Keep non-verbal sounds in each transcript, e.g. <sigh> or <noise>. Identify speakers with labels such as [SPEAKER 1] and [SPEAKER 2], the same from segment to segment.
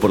[SPEAKER 1] por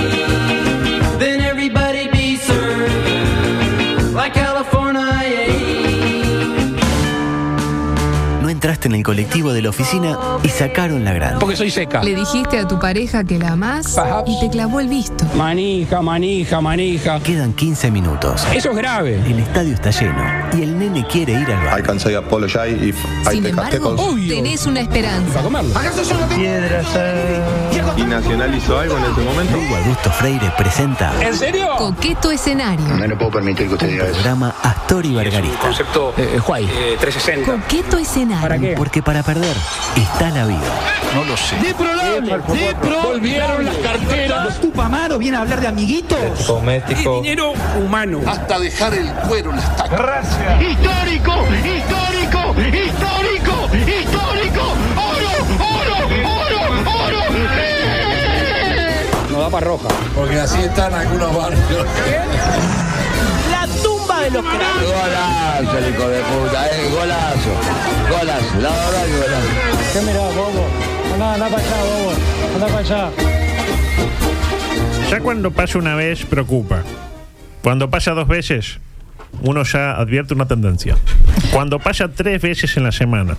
[SPEAKER 2] Then everybody be served like California.
[SPEAKER 3] No entraste en el colectivo de la oficina y sacaron la gran.
[SPEAKER 4] Porque soy seca.
[SPEAKER 5] Le dijiste a tu pareja que la amás y te clavó el visto.
[SPEAKER 4] Manija, manija, manija.
[SPEAKER 3] Quedan 15 minutos.
[SPEAKER 4] Eso es grave.
[SPEAKER 3] El estadio está lleno y el nene quiere ir al
[SPEAKER 6] I
[SPEAKER 3] bar.
[SPEAKER 6] can say apologize if I
[SPEAKER 5] Sin
[SPEAKER 6] take a
[SPEAKER 5] embargo,
[SPEAKER 6] tackle.
[SPEAKER 4] Obvio.
[SPEAKER 5] tenés una esperanza.
[SPEAKER 4] Para comerlo.
[SPEAKER 6] ¿Y Nacional hizo algo en ese momento?
[SPEAKER 3] Hugo Augusto Freire presenta
[SPEAKER 4] ¿En serio?
[SPEAKER 5] Coqueto escenario.
[SPEAKER 7] No puedo permitir que usted
[SPEAKER 3] un
[SPEAKER 7] diga eso.
[SPEAKER 3] programa Astor y Bargarista.
[SPEAKER 4] Concepto eh, Juay. Eh, 360.
[SPEAKER 5] Coqueto
[SPEAKER 4] ¿Para
[SPEAKER 5] escenario.
[SPEAKER 4] qué?
[SPEAKER 3] Porque para perder está la vida.
[SPEAKER 4] Volvieron las carteras.
[SPEAKER 8] Tupamaro viene a hablar de amiguitos.
[SPEAKER 4] El dinero humano.
[SPEAKER 9] Hasta dejar el cuero en las tacas.
[SPEAKER 7] ¡Histórico! ¡Histórico! ¡Histórico! ¡Histórico! ¡Oro! ¡Oro! ¡Oro! ¡Oro! ¡Eh!
[SPEAKER 4] Nos da para roja.
[SPEAKER 9] Porque así están algunos barrios.
[SPEAKER 8] La tumba de los cráneos.
[SPEAKER 9] <laughs> Golazo, hijo de puta, eh, golazo. Golazo, la verdad que golazo.
[SPEAKER 4] ¿Qué mirás, Bobo? Andá, andá para allá, Bobo. Andá para allá.
[SPEAKER 10] Ya cuando pasa una vez, preocupa. Cuando pasa dos veces, uno ya advierte una tendencia. Cuando pasa tres veces en la semana,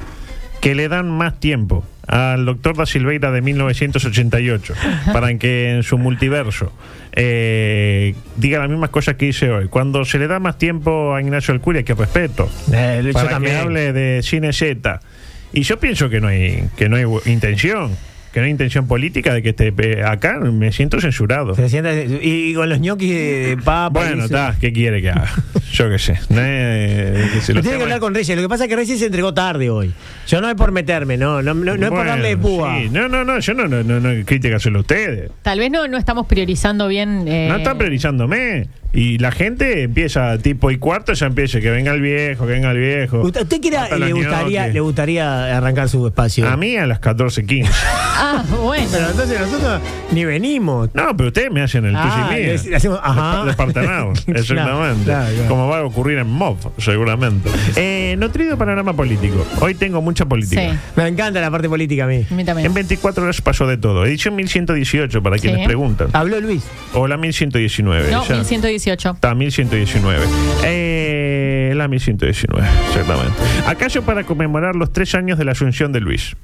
[SPEAKER 10] que le dan más tiempo al doctor da Silveira de 1988, para que en su multiverso eh, diga las mismas cosas que dice hoy. Cuando se le da más tiempo a Ignacio Alcuria, que respeto,
[SPEAKER 4] Eh,
[SPEAKER 10] para que hable de Cine Z. Y yo pienso que no hay que no hay intención, que no hay intención política de que esté eh, acá, me siento censurado.
[SPEAKER 8] Se sienta- y con los ñoquis de, de papa.
[SPEAKER 10] Bueno,
[SPEAKER 8] dice.
[SPEAKER 10] está, ¿qué quiere
[SPEAKER 8] <laughs>
[SPEAKER 10] que haga? Yo qué sé. No es que
[SPEAKER 8] Pero
[SPEAKER 10] se los
[SPEAKER 8] tiene que
[SPEAKER 10] temas-
[SPEAKER 8] hablar con Reyes. Lo que pasa es que Reyes se entregó tarde hoy. Yo no es por meterme, no, no, no, no es por
[SPEAKER 10] Bueno,
[SPEAKER 8] darle púa.
[SPEAKER 10] sí. No, no, no, yo no, no, no, no crítica solo a ustedes.
[SPEAKER 11] Tal vez no, no estamos priorizando bien. eh,
[SPEAKER 10] No están priorizándome. Y la gente empieza tipo y cuarto, ya empieza que venga el viejo, que venga el viejo.
[SPEAKER 8] ¿Usted usted quiere-
[SPEAKER 10] Mata
[SPEAKER 8] le
[SPEAKER 10] los
[SPEAKER 8] gustaría,
[SPEAKER 10] ñoquis.
[SPEAKER 8] le gustaría arrancar su espacio?
[SPEAKER 10] A mí a las 14.15.
[SPEAKER 11] Ah, bueno.
[SPEAKER 8] Pero Ah, entonces nosotros ni venimos.
[SPEAKER 10] No, pero ustedes me hacen el
[SPEAKER 8] Ah,
[SPEAKER 10] tuyo y mío.
[SPEAKER 8] le- hacemos- ajá.
[SPEAKER 10] Despartanados,
[SPEAKER 8] <laughs> Claro,
[SPEAKER 10] exactamente.
[SPEAKER 8] claro, claro.
[SPEAKER 10] Como va a ocurrir en MOB, seguramente. Eh, nutrido panorama político. Hoy tengo mucha política.
[SPEAKER 11] Sí,
[SPEAKER 8] Me encanta la parte política a mí.
[SPEAKER 11] a mí
[SPEAKER 10] En
[SPEAKER 11] también.
[SPEAKER 10] 24 horas pasó de todo. Edición 1118, para
[SPEAKER 11] Sí.
[SPEAKER 10] quienes preguntan.
[SPEAKER 8] Habló Luis.
[SPEAKER 10] O la 1119.
[SPEAKER 11] No,
[SPEAKER 10] ya.
[SPEAKER 11] 1118.
[SPEAKER 10] Está, 1119. Eh, la 1119, exactamente. ¿Acaso para conmemorar los tres años de la asunción de Luis?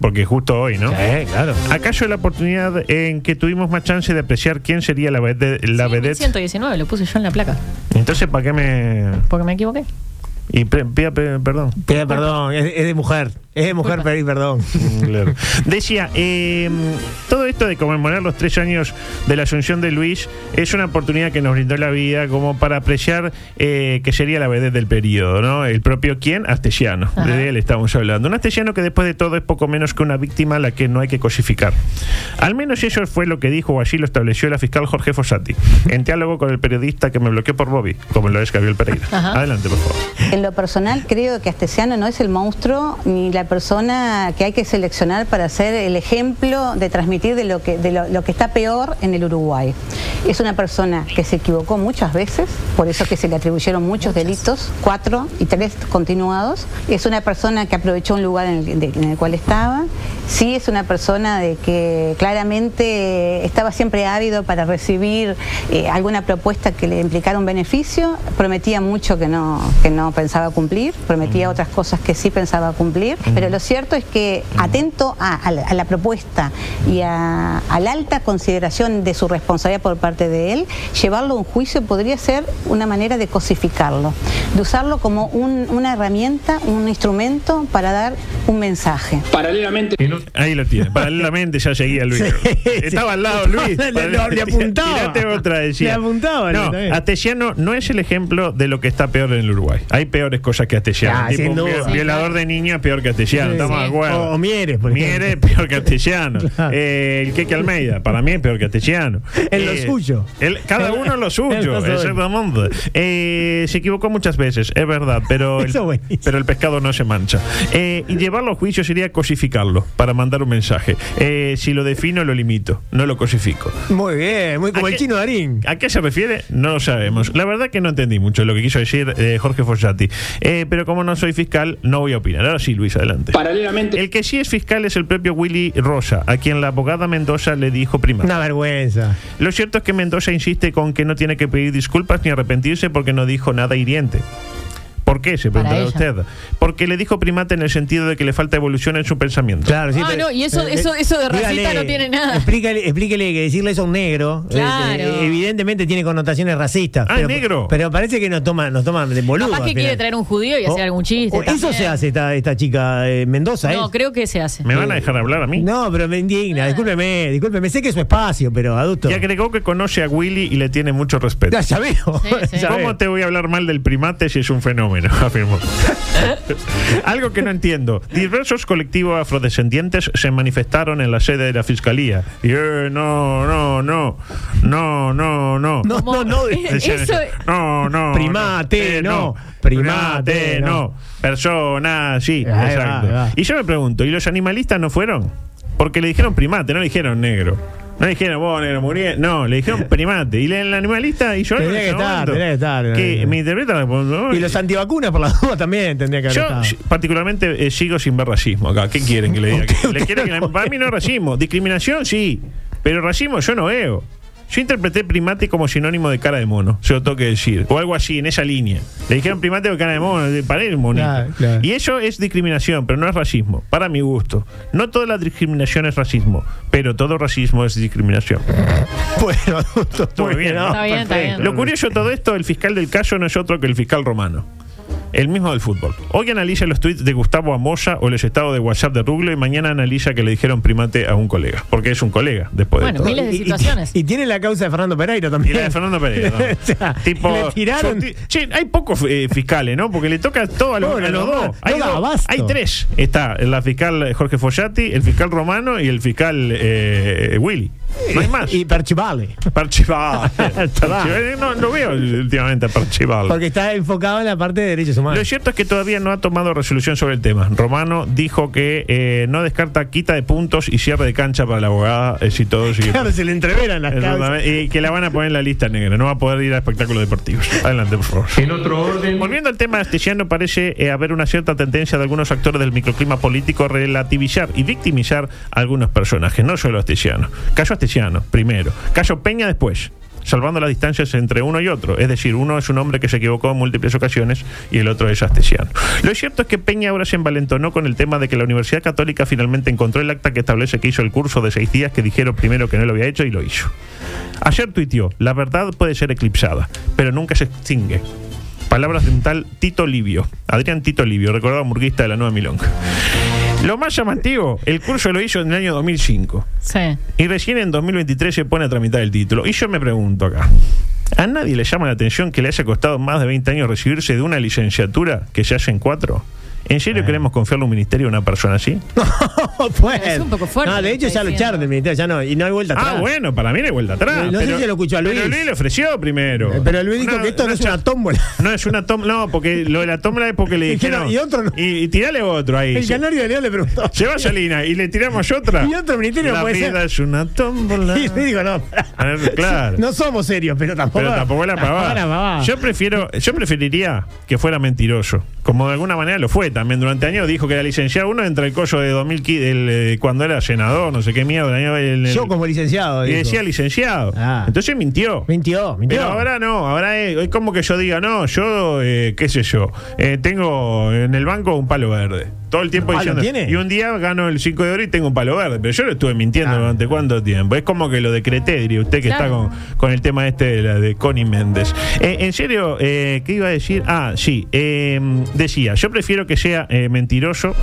[SPEAKER 10] Porque justo hoy, ¿no?
[SPEAKER 8] claro.
[SPEAKER 10] ¿Acaso la oportunidad en que tuvimos más chance de apreciar quién sería la, vede- la
[SPEAKER 8] Eh,
[SPEAKER 11] Sí,
[SPEAKER 10] vedette?
[SPEAKER 11] 1119, lo puse yo en la placa.
[SPEAKER 10] Entonces, ¿para qué me...?
[SPEAKER 11] Porque me equivoqué.
[SPEAKER 10] Y pre- pida pe- perdón.
[SPEAKER 8] Pide perdón, es, es de mujer. Es de mujer pedir perdón.
[SPEAKER 10] Mm, Claro. Decía, eh, todo esto de conmemorar los tres años de la asunción de Luis es una oportunidad que nos brindó la vida como para apreciar eh, que sería la vedette del periodo, ¿no? El propio quién, Astesiano,
[SPEAKER 11] Ajá.
[SPEAKER 10] de él estamos hablando. Un Astesiano que después de todo es poco menos que una víctima a la que no hay que cosificar. Al menos eso fue lo que dijo o así lo estableció la fiscal Jorge Fossati, en diálogo con el periodista que me bloqueó por Bobby, como lo es Gabriel Pereira.
[SPEAKER 11] Ajá.
[SPEAKER 10] Adelante, por favor.
[SPEAKER 2] En lo personal creo que Astesiano no es el monstruo ni la persona que hay que seleccionar para ser el ejemplo de transmitir de lo que, de lo, lo que está peor en el Uruguay. Es una persona que se equivocó muchas veces, por eso que se le atribuyeron muchos delitos, cuatro y tres continuados. Es una persona que aprovechó un lugar en el, de- en el cual estaba. Sí es una persona de que claramente estaba siempre ávido para recibir eh, alguna propuesta que le implicara un beneficio. Prometía mucho que no, que no pensaba cumplir, prometía otras cosas que sí pensaba cumplir. Pero lo cierto es que atento a, a la, a la propuesta y a, a la alta consideración de su responsabilidad por parte de él, llevarlo a un juicio podría ser una manera de cosificarlo, de usarlo como un- una herramienta, un instrumento para dar un mensaje.
[SPEAKER 4] Paralelamente.
[SPEAKER 10] Ahí lo tiene. Paralelamente ya seguía Luis.
[SPEAKER 8] <laughs>
[SPEAKER 10] Estaba al lado Luis.
[SPEAKER 8] Le- le- le apuntaba.
[SPEAKER 10] Tirate otra, decía.
[SPEAKER 8] Le apuntaba,
[SPEAKER 10] No,
[SPEAKER 8] le- también.
[SPEAKER 10] Astesiano no es el ejemplo de lo que está peor en el Uruguay. Hay peores cosas que Astesiano.
[SPEAKER 8] Ah,
[SPEAKER 10] Tipo,
[SPEAKER 8] sin
[SPEAKER 10] un vi-
[SPEAKER 8] duda.
[SPEAKER 10] violador de niña es peor que Castellano,
[SPEAKER 8] Sí.
[SPEAKER 10] estamos de
[SPEAKER 11] Sí.
[SPEAKER 10] acuerdo.
[SPEAKER 8] O- o Mieres, por ejemplo.
[SPEAKER 10] Mieres es peor que
[SPEAKER 8] <laughs>
[SPEAKER 10] Castellano.
[SPEAKER 8] Claro.
[SPEAKER 10] Eh, el Keke Almeida, para mí es peor que Castellano.
[SPEAKER 8] <laughs> En lo suyo.
[SPEAKER 10] el- cada
[SPEAKER 8] En-
[SPEAKER 10] uno
[SPEAKER 8] <laughs>
[SPEAKER 10] en lo
[SPEAKER 8] en
[SPEAKER 10] suyo,
[SPEAKER 8] lo suyo.
[SPEAKER 10] exactamente. Eh, se equivocó muchas veces, es verdad,
[SPEAKER 8] <laughs>
[SPEAKER 10] pero el,
[SPEAKER 8] Eso buenísimo.
[SPEAKER 10] pero el pescado no se mancha. Eh, y llevarlo a juicio sería cosificarlo para mandar un mensaje. Eh, si lo defino, lo limito, no lo cosifico.
[SPEAKER 8] Muy bien, muy como
[SPEAKER 10] ¿A
[SPEAKER 8] el
[SPEAKER 10] qué-
[SPEAKER 8] chino Darín.
[SPEAKER 10] ¿A qué se refiere? No lo sabemos. La verdad que no entendí mucho lo que quiso decir eh, Jorge Fossati. Eh, pero como no soy fiscal, no voy a opinar. Ahora sí, Luis, adelante.
[SPEAKER 7] Paralelamente.
[SPEAKER 10] El que sí es fiscal es el propio Willy Rosa, a quien la abogada Mendoza le dijo prima.
[SPEAKER 8] Una vergüenza.
[SPEAKER 10] Lo cierto es que Mendoza insiste con que no tiene que pedir disculpas ni arrepentirse porque no dijo nada hiriente. ¿Por qué? Se
[SPEAKER 11] Para
[SPEAKER 10] preguntará usted.
[SPEAKER 11] ella.
[SPEAKER 10] Porque le dijo primate en el sentido de que le falta evolución en su pensamiento.
[SPEAKER 8] Claro,
[SPEAKER 11] Ah,
[SPEAKER 8] pero-
[SPEAKER 11] no, y eso-
[SPEAKER 8] eh,
[SPEAKER 11] eso- eso de racista
[SPEAKER 8] dígale,
[SPEAKER 11] no tiene nada.
[SPEAKER 8] Explícale, explíquele que decirle eso a un negro, eh,
[SPEAKER 11] Claro.
[SPEAKER 8] eh, evidentemente tiene connotaciones racistas.
[SPEAKER 10] Ah,
[SPEAKER 8] pero,
[SPEAKER 10] negro.
[SPEAKER 8] Pero parece que nos toman nos toman de boludo.
[SPEAKER 11] Capaz que
[SPEAKER 8] al final.
[SPEAKER 11] quiere traer un judío y
[SPEAKER 8] O-
[SPEAKER 11] hacer algún chiste.
[SPEAKER 8] o eso
[SPEAKER 11] también.
[SPEAKER 8] se hace esta, esta chica eh, Mendoza,
[SPEAKER 11] No,
[SPEAKER 8] ¿eh?
[SPEAKER 11] creo que se hace.
[SPEAKER 10] ¿Me van a dejar hablar a mí?
[SPEAKER 8] No, pero me indigna, discúlpeme, discúlpeme, sé que es su espacio, pero adulto.
[SPEAKER 10] Y agregó que conoce a Willy y le tiene mucho respeto.
[SPEAKER 8] Ya, ya veo.
[SPEAKER 11] Sí, sí.
[SPEAKER 8] ya
[SPEAKER 10] ¿Cómo
[SPEAKER 8] veo.
[SPEAKER 10] te voy a hablar mal del primate si es un fenómeno? <laughs> Afirmó. Algo que no entiendo. Diversos colectivos afrodescendientes se manifestaron en la sede de la fiscalía. Y, eh, no, no, no. No, no, no.
[SPEAKER 8] No, no,
[SPEAKER 11] <laughs>
[SPEAKER 8] no.
[SPEAKER 10] Decían
[SPEAKER 11] Eso-
[SPEAKER 10] No, no.
[SPEAKER 8] Primate,
[SPEAKER 10] Eh,
[SPEAKER 8] no. Primate,
[SPEAKER 10] Primate,
[SPEAKER 8] no.
[SPEAKER 10] no. Persona, sí.
[SPEAKER 8] Ahí va,
[SPEAKER 10] exacto.
[SPEAKER 8] ahí va.
[SPEAKER 10] Y yo me pregunto, ¿y los animalistas no fueron? Porque le dijeron primate, no le dijeron negro. No le dijeron, vos, negro, murié. No, le dijeron primate. Y le- el animalista, y yo
[SPEAKER 8] Tenía
[SPEAKER 10] en
[SPEAKER 8] que
[SPEAKER 10] ese
[SPEAKER 8] estar,
[SPEAKER 10] momento,
[SPEAKER 8] tenía que estar.
[SPEAKER 10] que me interpretan la- por favor.
[SPEAKER 8] Y los antivacunas por la <laughs> duda también tendría que haber
[SPEAKER 10] Yo
[SPEAKER 8] estado.
[SPEAKER 10] si- particularmente eh, sigo sin ver racismo acá. ¿Qué quieren que le
[SPEAKER 8] <laughs>
[SPEAKER 10] diga?
[SPEAKER 8] Usted-
[SPEAKER 10] ¿Le
[SPEAKER 8] usted
[SPEAKER 10] quieren
[SPEAKER 8] no
[SPEAKER 10] que la- para mí no es racismo. Discriminación sí, pero racismo yo no veo. Yo interpreté primate como sinónimo de cara de mono, se lo tengo que decir. O algo así, en esa línea. Le dijeron primate o cara de mono, de pared monito.
[SPEAKER 8] Claro, claro.
[SPEAKER 10] Y eso es discriminación, pero no es racismo, para mi gusto. No toda la discriminación es racismo, pero todo racismo es discriminación.
[SPEAKER 8] Bueno, <laughs> adulto.
[SPEAKER 10] Estuvo
[SPEAKER 8] muy
[SPEAKER 10] bien, ¿no?
[SPEAKER 11] Está bien, está
[SPEAKER 10] Perfecto.
[SPEAKER 11] bien.
[SPEAKER 10] Lo curioso de todo esto, el fiscal del caso no es otro que el fiscal romano. El mismo del fútbol. Hoy analiza los tweets de Gustavo Amosa o los estados de WhatsApp de Rublo y mañana analiza que le dijeron primate a un colega. Porque es un colega, después
[SPEAKER 11] Bueno,
[SPEAKER 10] de todo.
[SPEAKER 11] miles de
[SPEAKER 8] Y- y-
[SPEAKER 11] situaciones.
[SPEAKER 8] Y, tiene la causa de Fernando Pereira
[SPEAKER 10] Y
[SPEAKER 8] también.
[SPEAKER 10] la de Fernando Pereira. ¿no?
[SPEAKER 8] <laughs> O sea,
[SPEAKER 10] tipo,
[SPEAKER 8] le tiraron.
[SPEAKER 10] son ti- che, hay pocos eh, fiscales, ¿no? Porque le toca todo a, los-
[SPEAKER 8] Pobre
[SPEAKER 10] a los
[SPEAKER 8] Román,
[SPEAKER 10] dos. Hay,
[SPEAKER 8] no da
[SPEAKER 10] dos-
[SPEAKER 8] abasto.
[SPEAKER 10] hay tres. Está la fiscal Jorge Follati, el fiscal romano y el fiscal eh, Willy. No hay más.
[SPEAKER 8] Y Perchivale. <laughs>
[SPEAKER 10] Parchival.
[SPEAKER 8] Parchival.
[SPEAKER 10] no, no veo últimamente a Parchival.
[SPEAKER 8] Porque está enfocado en la parte de derechos
[SPEAKER 10] Lo
[SPEAKER 8] humanos.
[SPEAKER 10] cierto es que todavía no ha tomado resolución sobre el tema. Romano dijo que eh, no descarta quita de puntos y cierre de cancha para la abogada eh, si todo sigue.
[SPEAKER 8] Claro, se le entreveran las causas.
[SPEAKER 10] Exactamente. Y que la van a poner en la lista negra. No va a poder ir a espectáculos deportivos. <laughs> Adelante, por favor. En otro orden. Volviendo al tema astesiano, parece eh, haber una cierta tendencia de algunos actores del microclima político a relativizar y victimizar a algunos personajes, no solo astesiano. Caso astesiano, primero. Caso Peña, después. Salvando las distancias entre uno y otro. Es decir, uno es un hombre que se equivocó en múltiples ocasiones y el otro es astesiano. Lo cierto es que Peña ahora se envalentonó con el tema de que la Universidad Católica finalmente encontró el acta que establece que hizo el curso de seis días que dijeron primero que no lo había hecho y lo hizo. Ayer tuiteó, la verdad puede ser eclipsada, pero nunca se extingue. Palabras de un tal Tito Livio, Adrián Tito Livio, recordado murguista de la Nueva Milonga. Lo más llamativo, el curso lo hizo en el año 2005
[SPEAKER 11] Sí.
[SPEAKER 10] y recién en 2023 se pone a tramitar el título. Y yo me pregunto acá, ¿a nadie le llama la atención que le haya costado más de 20 años recibirse de una licenciatura que se hace en cuatro? ¿En serio queremos confiarle un ministerio a una persona así?
[SPEAKER 8] <laughs> No, pues.
[SPEAKER 11] Es un poco fuerte
[SPEAKER 8] No,
[SPEAKER 11] lo
[SPEAKER 8] de
[SPEAKER 11] que
[SPEAKER 8] hecho
[SPEAKER 11] está
[SPEAKER 8] ya lo
[SPEAKER 11] diciendo.
[SPEAKER 8] echaron del ministerio, ya no. Y no hay vuelta atrás.
[SPEAKER 10] Ah, bueno, para mí no hay vuelta atrás.
[SPEAKER 8] No sé si lo escuchó a Luis.
[SPEAKER 10] Pero Luis le ofreció primero.
[SPEAKER 8] Eh, Pero Luis dijo
[SPEAKER 10] Una-
[SPEAKER 8] que esto no es una
[SPEAKER 10] cha-
[SPEAKER 8] tómbola.
[SPEAKER 10] <laughs> No, es una tómbola. No, porque lo de la tómbola es porque le
[SPEAKER 8] Dijeron,
[SPEAKER 10] dijeron.
[SPEAKER 8] <laughs> y otro no.
[SPEAKER 10] Y, y tirale otro ahí.
[SPEAKER 8] El canario de León le preguntó.
[SPEAKER 10] Lleva Salina y le tiramos otra.
[SPEAKER 8] <laughs> Y otro ministerio
[SPEAKER 10] La
[SPEAKER 8] puede
[SPEAKER 10] vida
[SPEAKER 8] ser.
[SPEAKER 10] es una
[SPEAKER 8] <laughs>
[SPEAKER 10] tómbola.
[SPEAKER 8] Y le digo, no. pará.
[SPEAKER 10] A ver, claro.
[SPEAKER 8] No <laughs> somos serios, pero tampoco.
[SPEAKER 10] Pero tampoco la
[SPEAKER 8] tampoco la
[SPEAKER 10] pavada.
[SPEAKER 8] pavada.
[SPEAKER 10] Yo prefiero, yo preferiría que fuera mentiroso. Como de alguna manera lo fue también durante años. Dijo que era licenciado uno entre el coso de 2015, el, eh, cuando era senador, no sé qué mierda. el año- el- el-
[SPEAKER 8] Yo como licenciado.
[SPEAKER 10] y
[SPEAKER 8] dijo.
[SPEAKER 10] decía licenciado.
[SPEAKER 8] Ah.
[SPEAKER 10] Entonces mintió.
[SPEAKER 8] Mintió, mintió.
[SPEAKER 10] Pero ahora no, ahora es, es como que yo diga, no, yo, eh, qué sé yo, eh, tengo en el banco un palo verde. Todo el tiempo
[SPEAKER 8] Ah, ¿lo
[SPEAKER 10] diciendo.
[SPEAKER 8] tiene?
[SPEAKER 10] Y un día gano el 5 de oro y tengo un palo verde. Pero yo lo estuve mintiendo
[SPEAKER 8] Ah.
[SPEAKER 10] durante cuánto tiempo. Es como que lo decreté, diría usted que
[SPEAKER 11] Claro.
[SPEAKER 10] está con, con el tema este de, la, de Connie Méndez. Eh, en serio, eh, ¿qué iba a decir? Ah, sí, eh, decía, yo prefiero que sea eh, mentiroso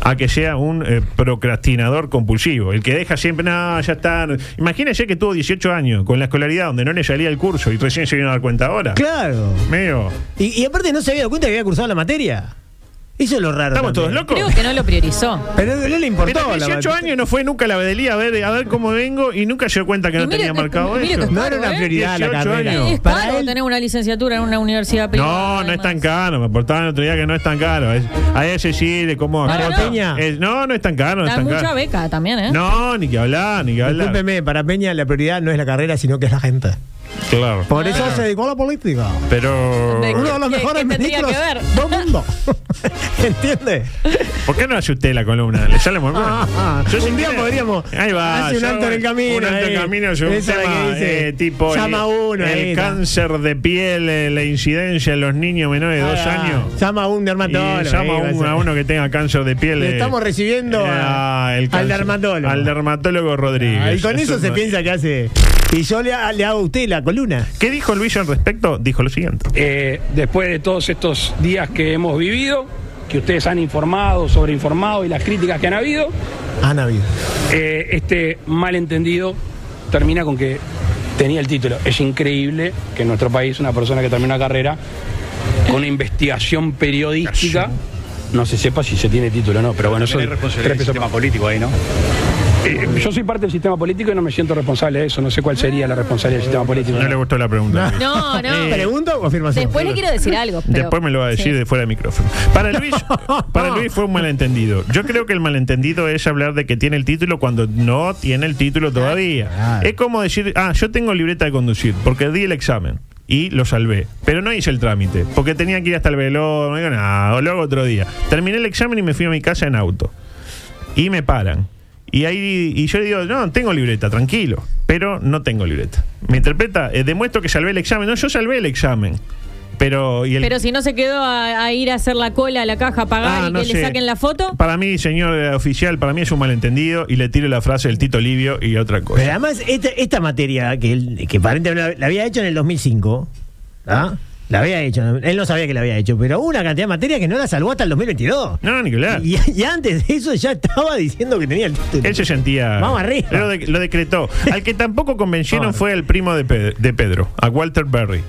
[SPEAKER 10] a que sea un eh, procrastinador compulsivo, el que deja siempre, no, ya está. Imagínese que tuvo 18 años con la escolaridad donde no le salía el curso y recién se vino a dar cuenta ahora.
[SPEAKER 8] Claro.
[SPEAKER 10] Meo.
[SPEAKER 8] Y, y aparte no se había dado cuenta que había cursado la materia. Eso es lo raro.
[SPEAKER 10] ¿Estamos todos
[SPEAKER 8] también.
[SPEAKER 10] locos?
[SPEAKER 11] Creo que no lo priorizó.
[SPEAKER 8] Pero no le importó.
[SPEAKER 10] Pero
[SPEAKER 8] la
[SPEAKER 10] 18
[SPEAKER 8] verdad.
[SPEAKER 10] años no fue nunca a la vedelía a ver, a ver cómo vengo y nunca se dio cuenta que
[SPEAKER 11] Y
[SPEAKER 10] no
[SPEAKER 11] mire
[SPEAKER 10] tenía
[SPEAKER 11] que-
[SPEAKER 10] marcado
[SPEAKER 11] mire que
[SPEAKER 10] eso.
[SPEAKER 8] No era una
[SPEAKER 11] ¿eh?
[SPEAKER 8] prioridad la
[SPEAKER 10] 18
[SPEAKER 8] carrera.
[SPEAKER 10] años.
[SPEAKER 11] Es
[SPEAKER 8] Para
[SPEAKER 11] caro
[SPEAKER 8] él-
[SPEAKER 11] tener una licenciatura en una universidad privada.
[SPEAKER 10] No, no es
[SPEAKER 11] además.
[SPEAKER 10] tan caro. Me portaban el otro día que no es tan caro. Es- a ese sí, de cómo.
[SPEAKER 11] Para
[SPEAKER 10] acá-
[SPEAKER 11] no.
[SPEAKER 8] Peña.
[SPEAKER 10] Es- no, no es tan caro. No es
[SPEAKER 11] Da
[SPEAKER 10] tan
[SPEAKER 11] mucha
[SPEAKER 10] caro.
[SPEAKER 11] beca también, ¿eh?
[SPEAKER 10] No, ni que hablar, ni que hablar.
[SPEAKER 8] Discúlpeme, para Peña la prioridad no es la carrera, sino que es la gente.
[SPEAKER 10] Claro.
[SPEAKER 8] Por eso se dedicó a la política.
[SPEAKER 10] Pero.
[SPEAKER 11] ¿De
[SPEAKER 8] Uno de los
[SPEAKER 11] ¿Qué-
[SPEAKER 8] mejores
[SPEAKER 11] qué tendría
[SPEAKER 8] ministros
[SPEAKER 11] que ver? <laughs>
[SPEAKER 8] del mundo. ¿Entiende?
[SPEAKER 10] ¿Por qué no hace usted la columna? ¿Le sale muy bien?
[SPEAKER 8] Ah, ah.
[SPEAKER 10] Yo si
[SPEAKER 8] un día
[SPEAKER 10] quiere-
[SPEAKER 8] podríamos.
[SPEAKER 10] Ahí va.
[SPEAKER 8] Hace un
[SPEAKER 10] yo
[SPEAKER 8] alto en el
[SPEAKER 10] voy-
[SPEAKER 8] camino.
[SPEAKER 10] Un alto en
[SPEAKER 8] ahí.
[SPEAKER 10] el camino. Yo un
[SPEAKER 8] Esa es la
[SPEAKER 10] tema
[SPEAKER 8] que dice,
[SPEAKER 10] eh, tipo.
[SPEAKER 8] Llama
[SPEAKER 10] el-
[SPEAKER 8] a uno. ahí
[SPEAKER 10] El
[SPEAKER 8] está.
[SPEAKER 10] cáncer de piel, eh, la incidencia en los niños menores de dos
[SPEAKER 8] Ah,
[SPEAKER 10] años.
[SPEAKER 8] Llama a un
[SPEAKER 10] Y
[SPEAKER 8] dermatólogo.
[SPEAKER 10] llama a,
[SPEAKER 8] ahí va
[SPEAKER 10] un-
[SPEAKER 8] ser.
[SPEAKER 10] a uno que tenga cáncer de piel.
[SPEAKER 8] Lo
[SPEAKER 10] eh, ah,
[SPEAKER 8] estamos recibiendo a-
[SPEAKER 10] el
[SPEAKER 8] al
[SPEAKER 10] cáncer-
[SPEAKER 8] dermatólogo.
[SPEAKER 10] Al dermatólogo Rodríguez.
[SPEAKER 8] Ah, y con eso
[SPEAKER 10] un-
[SPEAKER 8] se piensa que hace. Y yo le, le hago a usted la columna.
[SPEAKER 10] ¿Qué dijo Luis al respecto? Dijo lo siguiente.
[SPEAKER 4] Eh, después de todos estos días que hemos vivido, que ustedes han informado, sobreinformado y las críticas que han habido,
[SPEAKER 8] Han habido.
[SPEAKER 4] eh, este malentendido termina con que tenía el título. Es increíble que en nuestro país una persona que termina una carrera con una investigación periodística no se sepa si se tiene título o no, pero bueno, eso tres pesos más.
[SPEAKER 7] político ahí, ¿no?
[SPEAKER 4] Eh, Yo soy parte del sistema político y no me siento responsable de eso, no sé cuál sería la responsabilidad del sistema político.
[SPEAKER 10] No le gustó la pregunta. Luis.
[SPEAKER 11] No, no.
[SPEAKER 8] ¿Pregunta o afirmación?
[SPEAKER 11] Después le quiero decir algo. pero-
[SPEAKER 10] Después me lo va a decir
[SPEAKER 11] Sí.
[SPEAKER 10] de fuera de micrófono. Para
[SPEAKER 11] <laughs>
[SPEAKER 10] Luis, para Luis fue un malentendido. Yo creo que el malentendido es hablar de que tiene el título cuando no tiene el título todavía.
[SPEAKER 8] Claro.
[SPEAKER 10] Es como decir, ah, yo tengo libreta de conducir porque di el examen y lo salvé, pero no hice el trámite porque tenía que ir hasta el velódromo. y digo, "Nah, lo hago otro día. Terminé el examen y me fui a mi casa en auto y me paran. Y ahí y yo le digo, no, tengo libreta, tranquilo, pero no tengo libreta. Me interpreta, Eh, demuestro que salvé el examen. No, yo salvé el examen. Pero, y el,
[SPEAKER 11] Pero si no se quedó a, a ir a hacer la cola a la caja a pagar
[SPEAKER 10] Ah,
[SPEAKER 11] y
[SPEAKER 10] no
[SPEAKER 11] que
[SPEAKER 10] sé.
[SPEAKER 11] le saquen la foto.
[SPEAKER 10] Para mí, señor eh, oficial, para mí es un malentendido y le tiro la frase del Tito Livio y otra cosa.
[SPEAKER 8] Pero además, esta, esta materia que, él, que aparentemente la, la había hecho en el 2005, ¿ah? la había hecho, él no sabía que la había hecho, pero hubo una cantidad de materia que no la salvó hasta el 2022.
[SPEAKER 10] No, Nicolás.
[SPEAKER 8] Y, y antes de eso ya estaba diciendo que tenía el título.
[SPEAKER 10] Él se sentía.
[SPEAKER 8] Vamos arriba.
[SPEAKER 10] Lo, de- lo decretó. Al que tampoco
[SPEAKER 8] <laughs>
[SPEAKER 10] convencieron
[SPEAKER 8] Vamos.
[SPEAKER 10] fue el primo de Pedro, de Pedro, a Walter Berry.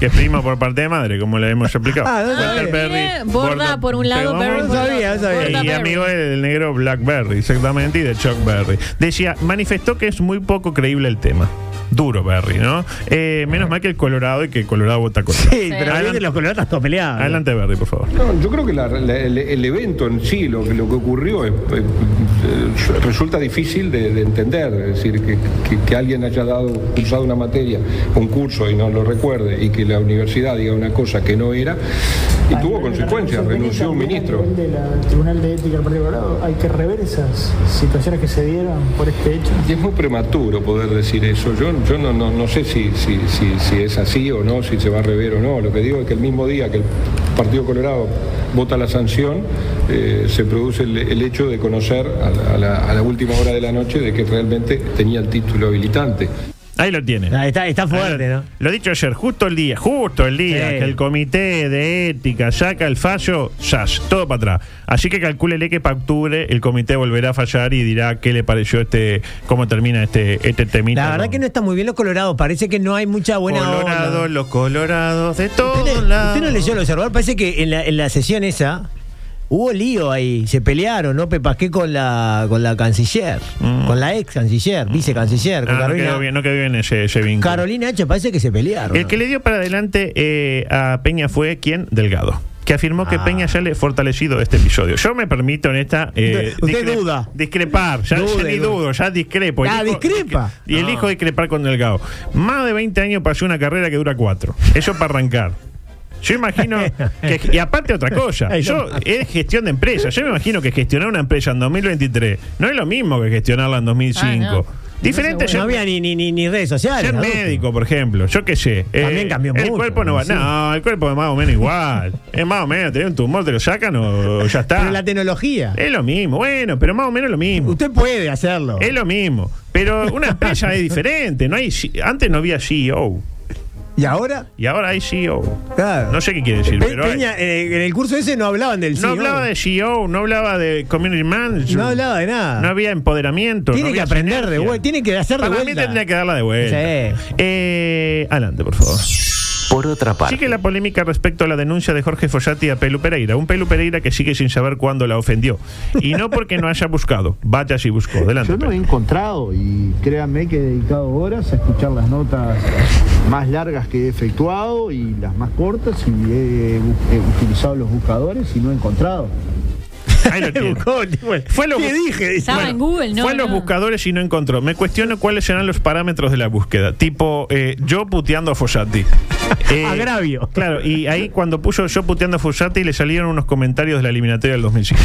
[SPEAKER 10] Que es primo por parte de madre, como le hemos
[SPEAKER 8] <laughs>
[SPEAKER 10] explicado.
[SPEAKER 8] Ah, no
[SPEAKER 10] Walter
[SPEAKER 8] sabía.
[SPEAKER 11] Eh, Borda por un lado,
[SPEAKER 10] Perry
[SPEAKER 11] Berry
[SPEAKER 8] No
[SPEAKER 11] por otro.
[SPEAKER 8] sabía, no sabía.
[SPEAKER 11] Borda,
[SPEAKER 10] Eh, y
[SPEAKER 11] Berry.
[SPEAKER 10] amigo del negro Blackberry, exactamente, y de Chuck Berry. Decía, manifestó que es muy poco creíble el tema. Duro Berry, ¿no? Eh, menos mal que el Colorado y que el Colorado vota con
[SPEAKER 8] Sí, pero ahí
[SPEAKER 10] Adelante.
[SPEAKER 8] de los coloratas todo peleados.
[SPEAKER 10] Adelante Berry, por favor.
[SPEAKER 7] No, yo creo que la- la- el, el evento en sí, lo, que- lo que ocurrió, eh, eh, eh, resulta difícil de, de entender. Es decir, que, que- que alguien haya dado, cursado una materia, un curso y no lo recuerde, y que la universidad diga una cosa que no era, y tuvo consecuencias, renunció un ministro.
[SPEAKER 4] Tribunal de Ética del Partido Colorado, hay que rever esas situaciones que se dieron por este hecho.
[SPEAKER 7] Y es muy prematuro poder decir eso. Yo, yo no, no, no sé si, si, si- si es así o no, si se va a rever o no. Lo que digo es que el mismo día que el Partido Colorado vota la sanción, eh, se produce el, el hecho de conocer a la, a la- a la última hora de la noche de que realmente tenía el título habilitante.
[SPEAKER 10] Ahí lo tiene.
[SPEAKER 8] Ah, Está, está fuerte, ¿no?
[SPEAKER 10] Lo dicho ayer, justo el día, justo el día
[SPEAKER 8] Sí.
[SPEAKER 10] que el comité de ética saca el fallo, sas, todo para atrás. Así que calcúlele que para octubre el comité volverá a fallar y dirá qué le pareció este, cómo termina este, este temita.
[SPEAKER 8] La verdad
[SPEAKER 10] con
[SPEAKER 8] que no está muy bien los colorados, parece que no hay mucha buena
[SPEAKER 10] Colorado,
[SPEAKER 8] onda.
[SPEAKER 10] los colorados de todos
[SPEAKER 8] ¿Usted, le-
[SPEAKER 10] lados.
[SPEAKER 8] usted no leyó el observador? Parece que en la, en la sesión esa hubo lío ahí. Se pelearon, ¿no? Pepasqué con la, con la canciller,
[SPEAKER 10] Mm.
[SPEAKER 8] con la ex canciller, vicecanciller, con
[SPEAKER 10] Ah, no
[SPEAKER 8] Carolina.
[SPEAKER 10] quedó bien, no quedó bien ese, ese vínculo.
[SPEAKER 8] Carolina H. Parece que se pelearon.
[SPEAKER 10] El que le dio para adelante eh, a Peña fue quien? Delgado. Que afirmó que
[SPEAKER 8] Ah.
[SPEAKER 10] Peña ya le fortalecido este episodio. Yo me permito en esta. eh,
[SPEAKER 8] Usted duda.
[SPEAKER 10] Discrepar. Ya, ya
[SPEAKER 8] Dude,
[SPEAKER 10] ni
[SPEAKER 8] dude.
[SPEAKER 10] dudo, ya discrepo.
[SPEAKER 8] Ah,
[SPEAKER 10] Elijo-
[SPEAKER 8] discrepa.
[SPEAKER 10] Y
[SPEAKER 8] Ah.
[SPEAKER 10] elijo discrepar con Delgado. Más de 20 años pasó una carrera que dura cuatro. Eso para arrancar. Yo imagino
[SPEAKER 8] <laughs>
[SPEAKER 10] que, y aparte otra cosa,
[SPEAKER 8] Ay,
[SPEAKER 10] yo
[SPEAKER 8] no.
[SPEAKER 10] es gestión de empresa, yo me imagino que gestionar una empresa en 2023 no es lo mismo que gestionarla en 2005.
[SPEAKER 11] Ah, no.
[SPEAKER 10] Diferente
[SPEAKER 11] No se
[SPEAKER 10] ya-
[SPEAKER 8] no había ni, ni, ni, ni redes sociales.
[SPEAKER 10] ser
[SPEAKER 8] adulto.
[SPEAKER 10] médico, por ejemplo, yo qué sé. eh,
[SPEAKER 8] También cambió
[SPEAKER 10] el
[SPEAKER 8] mucho,
[SPEAKER 10] Cuerpo no, va,
[SPEAKER 8] sí.
[SPEAKER 10] no, el cuerpo es más o menos igual. es más o menos, tenés un tumor, te lo sacan o, o ya está.
[SPEAKER 8] Pero la tecnología.
[SPEAKER 10] es lo mismo, bueno, pero más o menos lo mismo.
[SPEAKER 8] Usted puede hacerlo.
[SPEAKER 10] Es lo mismo. Pero una empresa es diferente. No hay, ci- antes no había E CEO.
[SPEAKER 8] ¿Y ahora?
[SPEAKER 10] Y ahora hay CEO.
[SPEAKER 8] Claro.
[SPEAKER 10] No sé qué quiere decir,
[SPEAKER 8] Pe-
[SPEAKER 10] pero hay-
[SPEAKER 8] Peña, eh, en el curso ese no hablaban del
[SPEAKER 10] no
[SPEAKER 8] CEO.
[SPEAKER 10] hablaba de CEO, no hablaba de community manager.
[SPEAKER 8] No hablaba de nada.
[SPEAKER 10] No había empoderamiento.
[SPEAKER 8] Tiene
[SPEAKER 10] no
[SPEAKER 8] que
[SPEAKER 10] había
[SPEAKER 8] aprender de
[SPEAKER 10] sinergia.
[SPEAKER 8] vuelta, tiene que hacer de
[SPEAKER 10] Para mí
[SPEAKER 8] vuelta.
[SPEAKER 10] tendría que darla de vuelta.
[SPEAKER 8] Sí.
[SPEAKER 10] Eh, adelante, por favor.
[SPEAKER 3] Por otra parte,
[SPEAKER 10] Sigue la polémica respecto a la denuncia de Jorge Fossati a Pelu Pereira, un Pelu Pereira que sigue sin saber cuándo la ofendió. Y no porque no haya buscado, vaya si buscó. Adelante.
[SPEAKER 1] Yo no he
[SPEAKER 10] Pelu.
[SPEAKER 1] encontrado y créanme que he dedicado horas a escuchar las notas más largas que he efectuado y las más cortas y he, bu- he utilizado los buscadores y no he encontrado.
[SPEAKER 10] <laughs> Ahí lo tiene.
[SPEAKER 8] Buscó, <laughs> bueno,
[SPEAKER 10] Fue lo-
[SPEAKER 8] ¿Qué dije? Dice,
[SPEAKER 11] Estaba en Google, ¿no?
[SPEAKER 10] Fue a los
[SPEAKER 11] no.
[SPEAKER 10] buscadores y no encontró. Me cuestiono cuáles serán los parámetros de la búsqueda. Tipo, eh, yo puteando
[SPEAKER 8] <laughs>
[SPEAKER 10] a Fossati. Eh,
[SPEAKER 8] Agravio.
[SPEAKER 10] Claro, y ahí cuando puso yo puteando a Fossati le salieron unos comentarios de la eliminatoria
[SPEAKER 8] <laughs>
[SPEAKER 10] del 2005.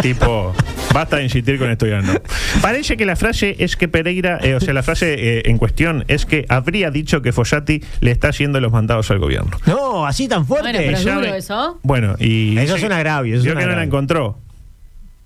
[SPEAKER 10] tipo, basta de insistir con esto ya no. Parece que la frase es que Pereira, eh, o sea, la frase eh, en cuestión es que habría dicho que Fossati le está haciendo los mandados al gobierno.
[SPEAKER 8] No, así tan fuerte.
[SPEAKER 11] Bueno, pero es
[SPEAKER 10] Ya
[SPEAKER 11] duro
[SPEAKER 10] ve-
[SPEAKER 11] eso.
[SPEAKER 10] Bueno, y.
[SPEAKER 8] Eso es un agravio, eso es
[SPEAKER 10] Yo
[SPEAKER 8] un
[SPEAKER 10] que no la
[SPEAKER 8] agravio.
[SPEAKER 10] encontró.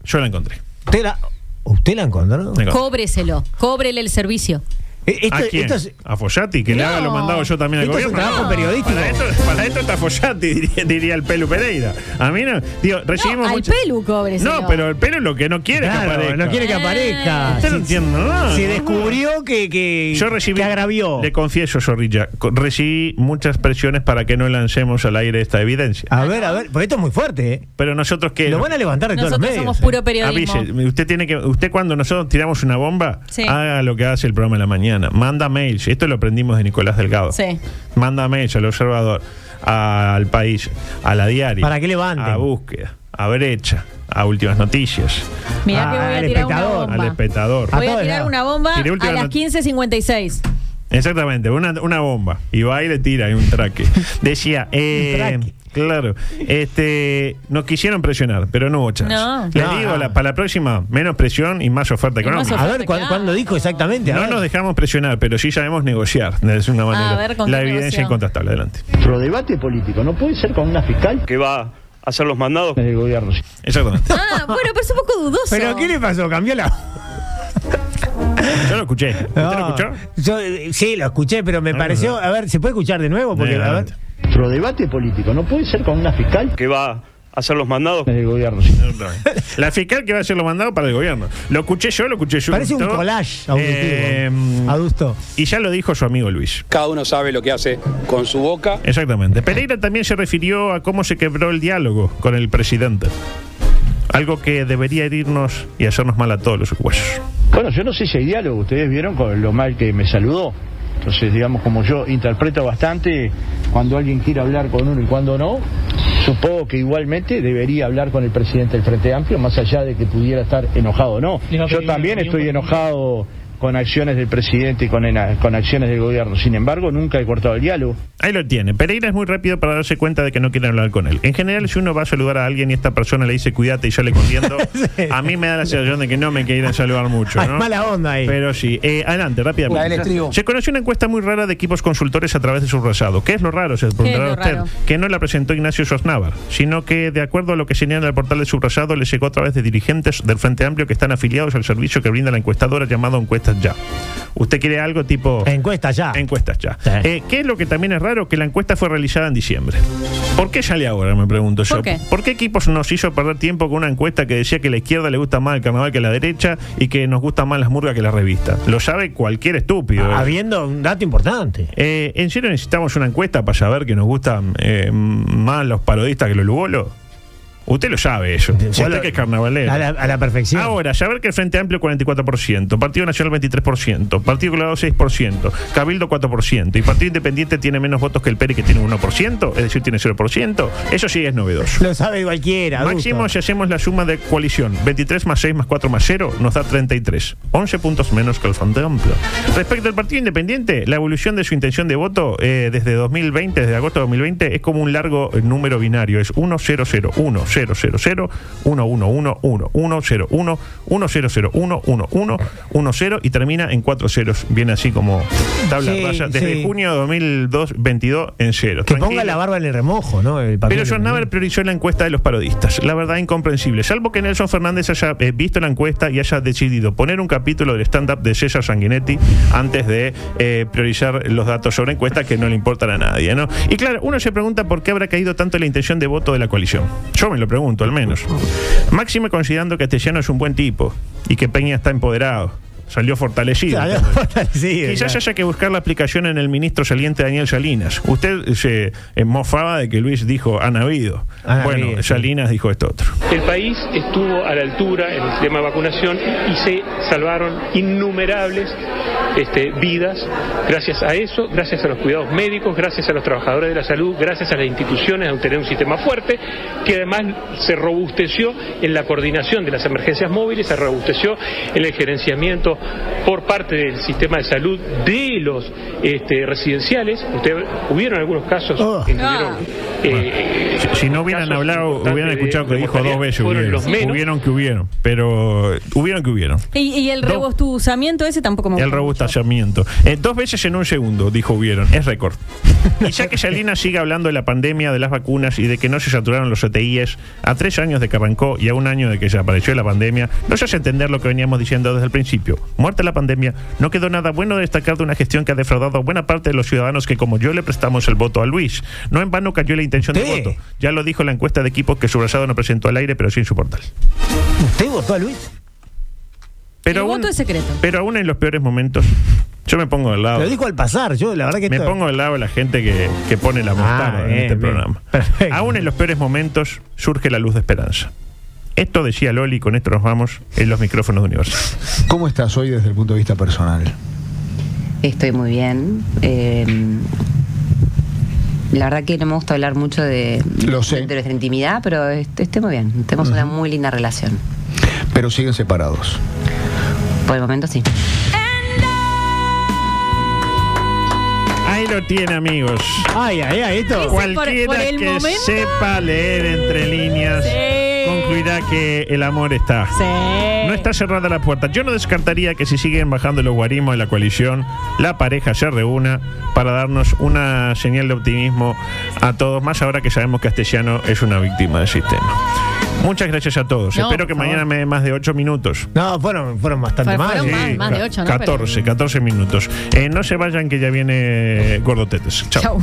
[SPEAKER 10] Yo la encontré.
[SPEAKER 8] ¿Usted la, usted la encontró?
[SPEAKER 10] La encontré.
[SPEAKER 11] Cóbreselo, cóbrele el servicio.
[SPEAKER 8] Eh, esto-
[SPEAKER 10] ¿A quién?
[SPEAKER 8] esto es-
[SPEAKER 10] ¿A Follati? Que le
[SPEAKER 11] No.
[SPEAKER 10] haga lo mandado yo también al
[SPEAKER 8] Esto es un
[SPEAKER 10] gobierno.
[SPEAKER 8] trabajo periodístico.
[SPEAKER 10] Para esto, para esto está Follati, <laughs> diría, diría el Pelu Pereira. A mí no. Digo, recibimos
[SPEAKER 11] al
[SPEAKER 10] muchas-
[SPEAKER 11] Pelu cóbreselo.
[SPEAKER 10] No, pero el Pelu lo que no quiere
[SPEAKER 8] Claro,
[SPEAKER 10] es que aparezca.
[SPEAKER 8] no quiere que
[SPEAKER 11] Eh.
[SPEAKER 8] aparezca.
[SPEAKER 10] Usted no
[SPEAKER 8] Si-
[SPEAKER 10] entiende nada.
[SPEAKER 8] Se descubrió que, que,
[SPEAKER 10] Yo recibí.
[SPEAKER 8] que agravió.
[SPEAKER 10] Le confieso, Zorrilla. co- Recibí muchas presiones para que no lancemos al aire esta evidencia.
[SPEAKER 8] A ver, a ver, porque esto es muy fuerte. ¿eh?
[SPEAKER 10] Pero nosotros que.
[SPEAKER 8] Ah. Lo van a levantar de todos los
[SPEAKER 11] Nosotros
[SPEAKER 8] medios.
[SPEAKER 11] somos
[SPEAKER 8] ¿eh?
[SPEAKER 11] puro periodismo.
[SPEAKER 10] Avise, usted tiene que, usted cuando nosotros tiramos una bomba,
[SPEAKER 11] Sí.
[SPEAKER 10] haga lo que hace el programa de la mañana. Manda mails. Esto lo aprendimos de Nicolás Delgado.
[SPEAKER 11] Sí.
[SPEAKER 10] Manda mails al observador, al país, a la diaria.
[SPEAKER 8] Para que levanten.
[SPEAKER 10] A búsqueda, a brecha, a últimas noticias,
[SPEAKER 11] Mirá
[SPEAKER 8] Ah,
[SPEAKER 11] que voy a
[SPEAKER 8] al
[SPEAKER 11] tirar una
[SPEAKER 8] espectador,
[SPEAKER 10] al
[SPEAKER 11] bomba.
[SPEAKER 10] espectador.
[SPEAKER 8] A
[SPEAKER 11] Voy a
[SPEAKER 8] todos
[SPEAKER 11] tirar
[SPEAKER 8] lados.
[SPEAKER 11] una bomba
[SPEAKER 10] Tiré última
[SPEAKER 11] a las
[SPEAKER 10] not-
[SPEAKER 8] <laughs>
[SPEAKER 11] 15.56.
[SPEAKER 10] Exactamente, una, una bomba. Y va y le tira y un traque.
[SPEAKER 11] <laughs>
[SPEAKER 10] Decía, eh,
[SPEAKER 8] traque.
[SPEAKER 10] claro, este, nos quisieron presionar, pero no hubo chance.
[SPEAKER 11] No.
[SPEAKER 10] Les
[SPEAKER 8] No,
[SPEAKER 10] digo,
[SPEAKER 8] no.
[SPEAKER 10] la- para la próxima, menos presión y más oferta
[SPEAKER 11] Y más
[SPEAKER 10] económica.
[SPEAKER 11] oferta.
[SPEAKER 8] A ver, ¿cuán-
[SPEAKER 11] Claro.
[SPEAKER 8] ¿cuándo dijo exactamente? A
[SPEAKER 10] No
[SPEAKER 8] ver.
[SPEAKER 10] nos dejamos presionar, pero sí sabemos negociar de alguna manera.
[SPEAKER 11] ver, ¿con
[SPEAKER 10] la
[SPEAKER 11] qué
[SPEAKER 10] evidencia
[SPEAKER 11] negoció?
[SPEAKER 10] incontestable, adelante.
[SPEAKER 1] Pero debate político no puede ser con una fiscal
[SPEAKER 4] Que va a hacer los mandados.
[SPEAKER 1] del gobierno.
[SPEAKER 10] Exactamente.
[SPEAKER 11] Ah, bueno, pero es un poco dudoso.
[SPEAKER 8] ¿Pero qué le pasó? ¿Cambió la.?
[SPEAKER 10] Yo lo escuché. ¿Usted lo
[SPEAKER 8] No,
[SPEAKER 10] escuchó?
[SPEAKER 8] Yo, eh, sí, lo escuché, pero me
[SPEAKER 10] No,
[SPEAKER 8] pareció.
[SPEAKER 10] no.
[SPEAKER 8] A ver, ¿se puede escuchar de nuevo? Porque, a ver.
[SPEAKER 10] Adelante.
[SPEAKER 1] Pero debate político no puede ser con una fiscal
[SPEAKER 4] Que va a hacer los mandados.
[SPEAKER 1] del gobierno.
[SPEAKER 10] La fiscal que va a ser lo mandado para el gobierno. Lo escuché yo, lo escuché yo.
[SPEAKER 8] Parece un
[SPEAKER 10] Gustavo.
[SPEAKER 8] collage auditivo.
[SPEAKER 10] Eh,
[SPEAKER 8] adusto.
[SPEAKER 10] y ya lo dijo su amigo Luis.
[SPEAKER 4] Cada uno sabe lo que hace con su boca.
[SPEAKER 10] Exactamente. Pereira también se refirió a cómo se quebró el diálogo con el presidente. Algo que debería herirnos y hacernos mal a todos los uruguayos.
[SPEAKER 1] Bueno, yo no sé si hay diálogo, ustedes vieron con lo mal que me saludó. Entonces, digamos, como yo interpreto bastante cuando alguien quiere hablar con uno y cuando no, supongo que igualmente debería hablar con el presidente del Frente Amplio, más allá de que pudiera estar enojado o no. Yo también estoy enojado con acciones del presidente y con, ena- con acciones del gobierno. Sin embargo, nunca he cortado el diálogo.
[SPEAKER 10] Ahí lo tiene. Pereira es muy rápido para darse cuenta de que no quieren hablar con él. En general, si uno va a saludar a alguien y esta persona le dice cuídate y yo le contiendo,
[SPEAKER 8] <laughs> Sí.
[SPEAKER 10] a mí me da la sensación de que no me quieren
[SPEAKER 8] <laughs>
[SPEAKER 10] saludar mucho.
[SPEAKER 8] Hay
[SPEAKER 10] ¿no?
[SPEAKER 8] mala onda ahí.
[SPEAKER 10] Pero sí. Eh, adelante, rápidamente. Se conoció una encuesta muy rara de equipos consultores a través de subrayado. ¿Qué es lo raro? Se preguntará
[SPEAKER 11] lo
[SPEAKER 10] usted.
[SPEAKER 11] raro?
[SPEAKER 10] Que no la presentó Ignacio Sosnávar, sino que, de acuerdo a lo que señala el portal de subrayado, le llegó a través de dirigentes del Frente Amplio que están afiliados al servicio que brinda la encuestadora llamado Encuestas Ya. ¿Usted quiere algo tipo.?
[SPEAKER 8] Encuesta ya.
[SPEAKER 10] Ah. Encuestas ya.
[SPEAKER 8] Sí.
[SPEAKER 10] Eh, ¿Qué es lo que también es raro? Que la encuesta fue realizada en diciembre. ¿Por qué sale ahora? Me pregunto yo.
[SPEAKER 11] ¿Por qué?
[SPEAKER 10] equipos nos hizo perder tiempo con una encuesta que decía que la izquierda le gusta más el carnaval que la derecha y que nos gustan más las murgas que la revista? Lo sabe cualquier estúpido.
[SPEAKER 8] Ah,
[SPEAKER 10] eh.
[SPEAKER 8] Habiendo un dato importante.
[SPEAKER 10] Eh, ¿En serio necesitamos una encuesta para saber que nos gustan eh, más los parodistas que los lugolos? Usted lo sabe eso. Usted
[SPEAKER 8] Yo lo-
[SPEAKER 10] que es carnavalero.
[SPEAKER 8] A la, a la perfección.
[SPEAKER 10] Ahora, ya ver que el Frente Amplio 44%, Partido Nacional 23%, Partido Colorado 6%, Cabildo 4% y Partido Independiente tiene menos votos que el PERI que tiene un 1%, es decir, tiene 0%, eso sí es novedoso.
[SPEAKER 8] Lo sabe cualquiera. adusto.
[SPEAKER 10] Máximo, si hacemos la suma de coalición, 23 más 6 más 4 más 0, nos da 33. 11 puntos menos que el Frente Amplio. Respecto al Partido Independiente, la evolución de su intención de voto eh, desde 2020, desde agosto de 2020, es como un largo eh, número binario. Es 1 0 0 1 0 0 0 1 1 1 1 1 0 1 1 0 0 1 1 1 1 0 y termina en 4 ceros. Viene así como tabla
[SPEAKER 8] Sí,
[SPEAKER 10] raya. Desde
[SPEAKER 8] sí.
[SPEAKER 10] junio de 2022 en cero.
[SPEAKER 8] Que
[SPEAKER 10] Tranquilo.
[SPEAKER 8] ponga la barba en el remojo, ¿no? <laughs> El papel
[SPEAKER 10] Pero John Naver priorizó la encuesta de los parodistas. La verdad, incomprensible. Salvo que Nelson Fernández haya eh, visto la encuesta y haya decidido poner un capítulo del stand-up de César Sanguinetti antes de eh, priorizar los datos sobre encuestas que no le importan a nadie, ¿no? Y claro, uno se pregunta por qué habrá caído tanto la intención de voto de la coalición. Yo me lo pregunto, al menos. Máxime considerando que Astesiano es un buen tipo y que Peña está empoderado. Salió fortalecido.
[SPEAKER 8] Salió
[SPEAKER 10] Entonces,
[SPEAKER 8] fortalecido,
[SPEAKER 10] Quizás
[SPEAKER 8] claro.
[SPEAKER 10] haya que buscar la aplicación en el ministro saliente Daniel Salinas. Usted se eh, mofaba de que Luis dijo, han habido.
[SPEAKER 8] Han
[SPEAKER 10] bueno,
[SPEAKER 8] habido, Ah, sí.
[SPEAKER 10] Salinas dijo esto otro.
[SPEAKER 12] El país estuvo a la altura en el tema de vacunación y se salvaron innumerables este, vidas gracias a eso, gracias a los cuidados médicos, gracias a los trabajadores de la salud, gracias a las instituciones a tener un sistema fuerte que además se robusteció en la coordinación de las emergencias móviles, se robusteció en el gerenciamiento por parte del sistema de salud de los este, residenciales. Usted, hubieron algunos casos
[SPEAKER 8] Oh.
[SPEAKER 12] que
[SPEAKER 11] Ah.
[SPEAKER 12] tuvieron, eh,
[SPEAKER 10] Si, si no hubieran
[SPEAKER 12] casos
[SPEAKER 10] hablado,
[SPEAKER 12] importantes
[SPEAKER 10] hubieran
[SPEAKER 12] de-
[SPEAKER 10] escuchado que
[SPEAKER 12] de
[SPEAKER 10] dijo dos
[SPEAKER 12] mortalidad
[SPEAKER 10] veces
[SPEAKER 12] fueron
[SPEAKER 10] hubieron.
[SPEAKER 12] los menos.
[SPEAKER 10] Hubieron que hubieron, pero eh, hubieron que hubieron.
[SPEAKER 11] Y, y el
[SPEAKER 10] No.
[SPEAKER 11] rebostuzamiento ese tampoco me
[SPEAKER 10] El
[SPEAKER 11] gusta.
[SPEAKER 10] rebustallamiento. Eh, dos veces en un segundo, dijo hubieron. Es récord. Y ya que Salinas sigue hablando de la pandemia, de las vacunas y de que no se saturaron los OTIs, a tres años de que arrancó y a un año de que se apareció la pandemia, nos hace entender lo que veníamos diciendo desde el principio. Muerta la pandemia, no quedó nada bueno de destacar de una gestión que ha defraudado a buena parte de los ciudadanos que, como yo, le prestamos el voto a Luis. No en vano cayó la intención de
[SPEAKER 8] Sí.
[SPEAKER 10] voto. Ya lo dijo la encuesta de equipos que Subrayado no presentó al aire, pero sí en su portal.
[SPEAKER 8] ¿Usted votó a Luis?
[SPEAKER 11] el
[SPEAKER 10] Pero aún-
[SPEAKER 11] voto es secreto.
[SPEAKER 10] pero aún en los peores momentos, yo me pongo del lado.
[SPEAKER 8] Lo dijo al pasar, yo la verdad que...
[SPEAKER 10] Me
[SPEAKER 8] esto- Ah,
[SPEAKER 10] pongo del lado de la gente que, que pone la mostarda en
[SPEAKER 8] bien,
[SPEAKER 10] este
[SPEAKER 8] bien.
[SPEAKER 10] programa. Aún en los peores momentos surge la luz de esperanza. Esto decía Loli, con esto nos vamos en los micrófonos de Universal.
[SPEAKER 13] ¿Cómo estás hoy desde el punto de vista personal?
[SPEAKER 14] Estoy muy bien. Eh, la verdad que no me gusta hablar mucho de, de nuestra intimidad, pero est- estoy muy bien. Tenemos una muy linda relación.
[SPEAKER 13] Pero siguen separados.
[SPEAKER 14] Por el momento sí.
[SPEAKER 10] Ahí lo tiene, amigos.
[SPEAKER 8] Ay, ay, ay, esto...
[SPEAKER 10] Cualquiera que sepa leer entre líneas concluirá que el amor está. No está cerrada la puerta. Yo no descartaría que si siguen bajando los guarismos de la coalición, la pareja se reúna para darnos una señal de optimismo a todos, más ahora que sabemos que Astesiano es una víctima del sistema. Muchas gracias a todos.
[SPEAKER 8] No,
[SPEAKER 10] Espero que
[SPEAKER 8] por favor.
[SPEAKER 10] mañana me dé más de 8 minutos.
[SPEAKER 8] No, fueron, fueron bastante
[SPEAKER 11] Fueron
[SPEAKER 8] más.
[SPEAKER 11] más,
[SPEAKER 10] Sí,
[SPEAKER 11] más de ocho, ¿no?
[SPEAKER 10] 14, 14 minutos. Eh, no se vayan que ya viene Gordotetes. Chao.
[SPEAKER 11] Chau.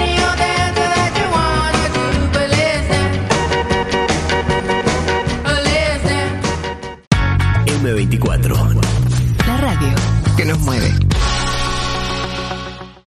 [SPEAKER 3] M24.
[SPEAKER 5] La radio.
[SPEAKER 3] Que nos mueve.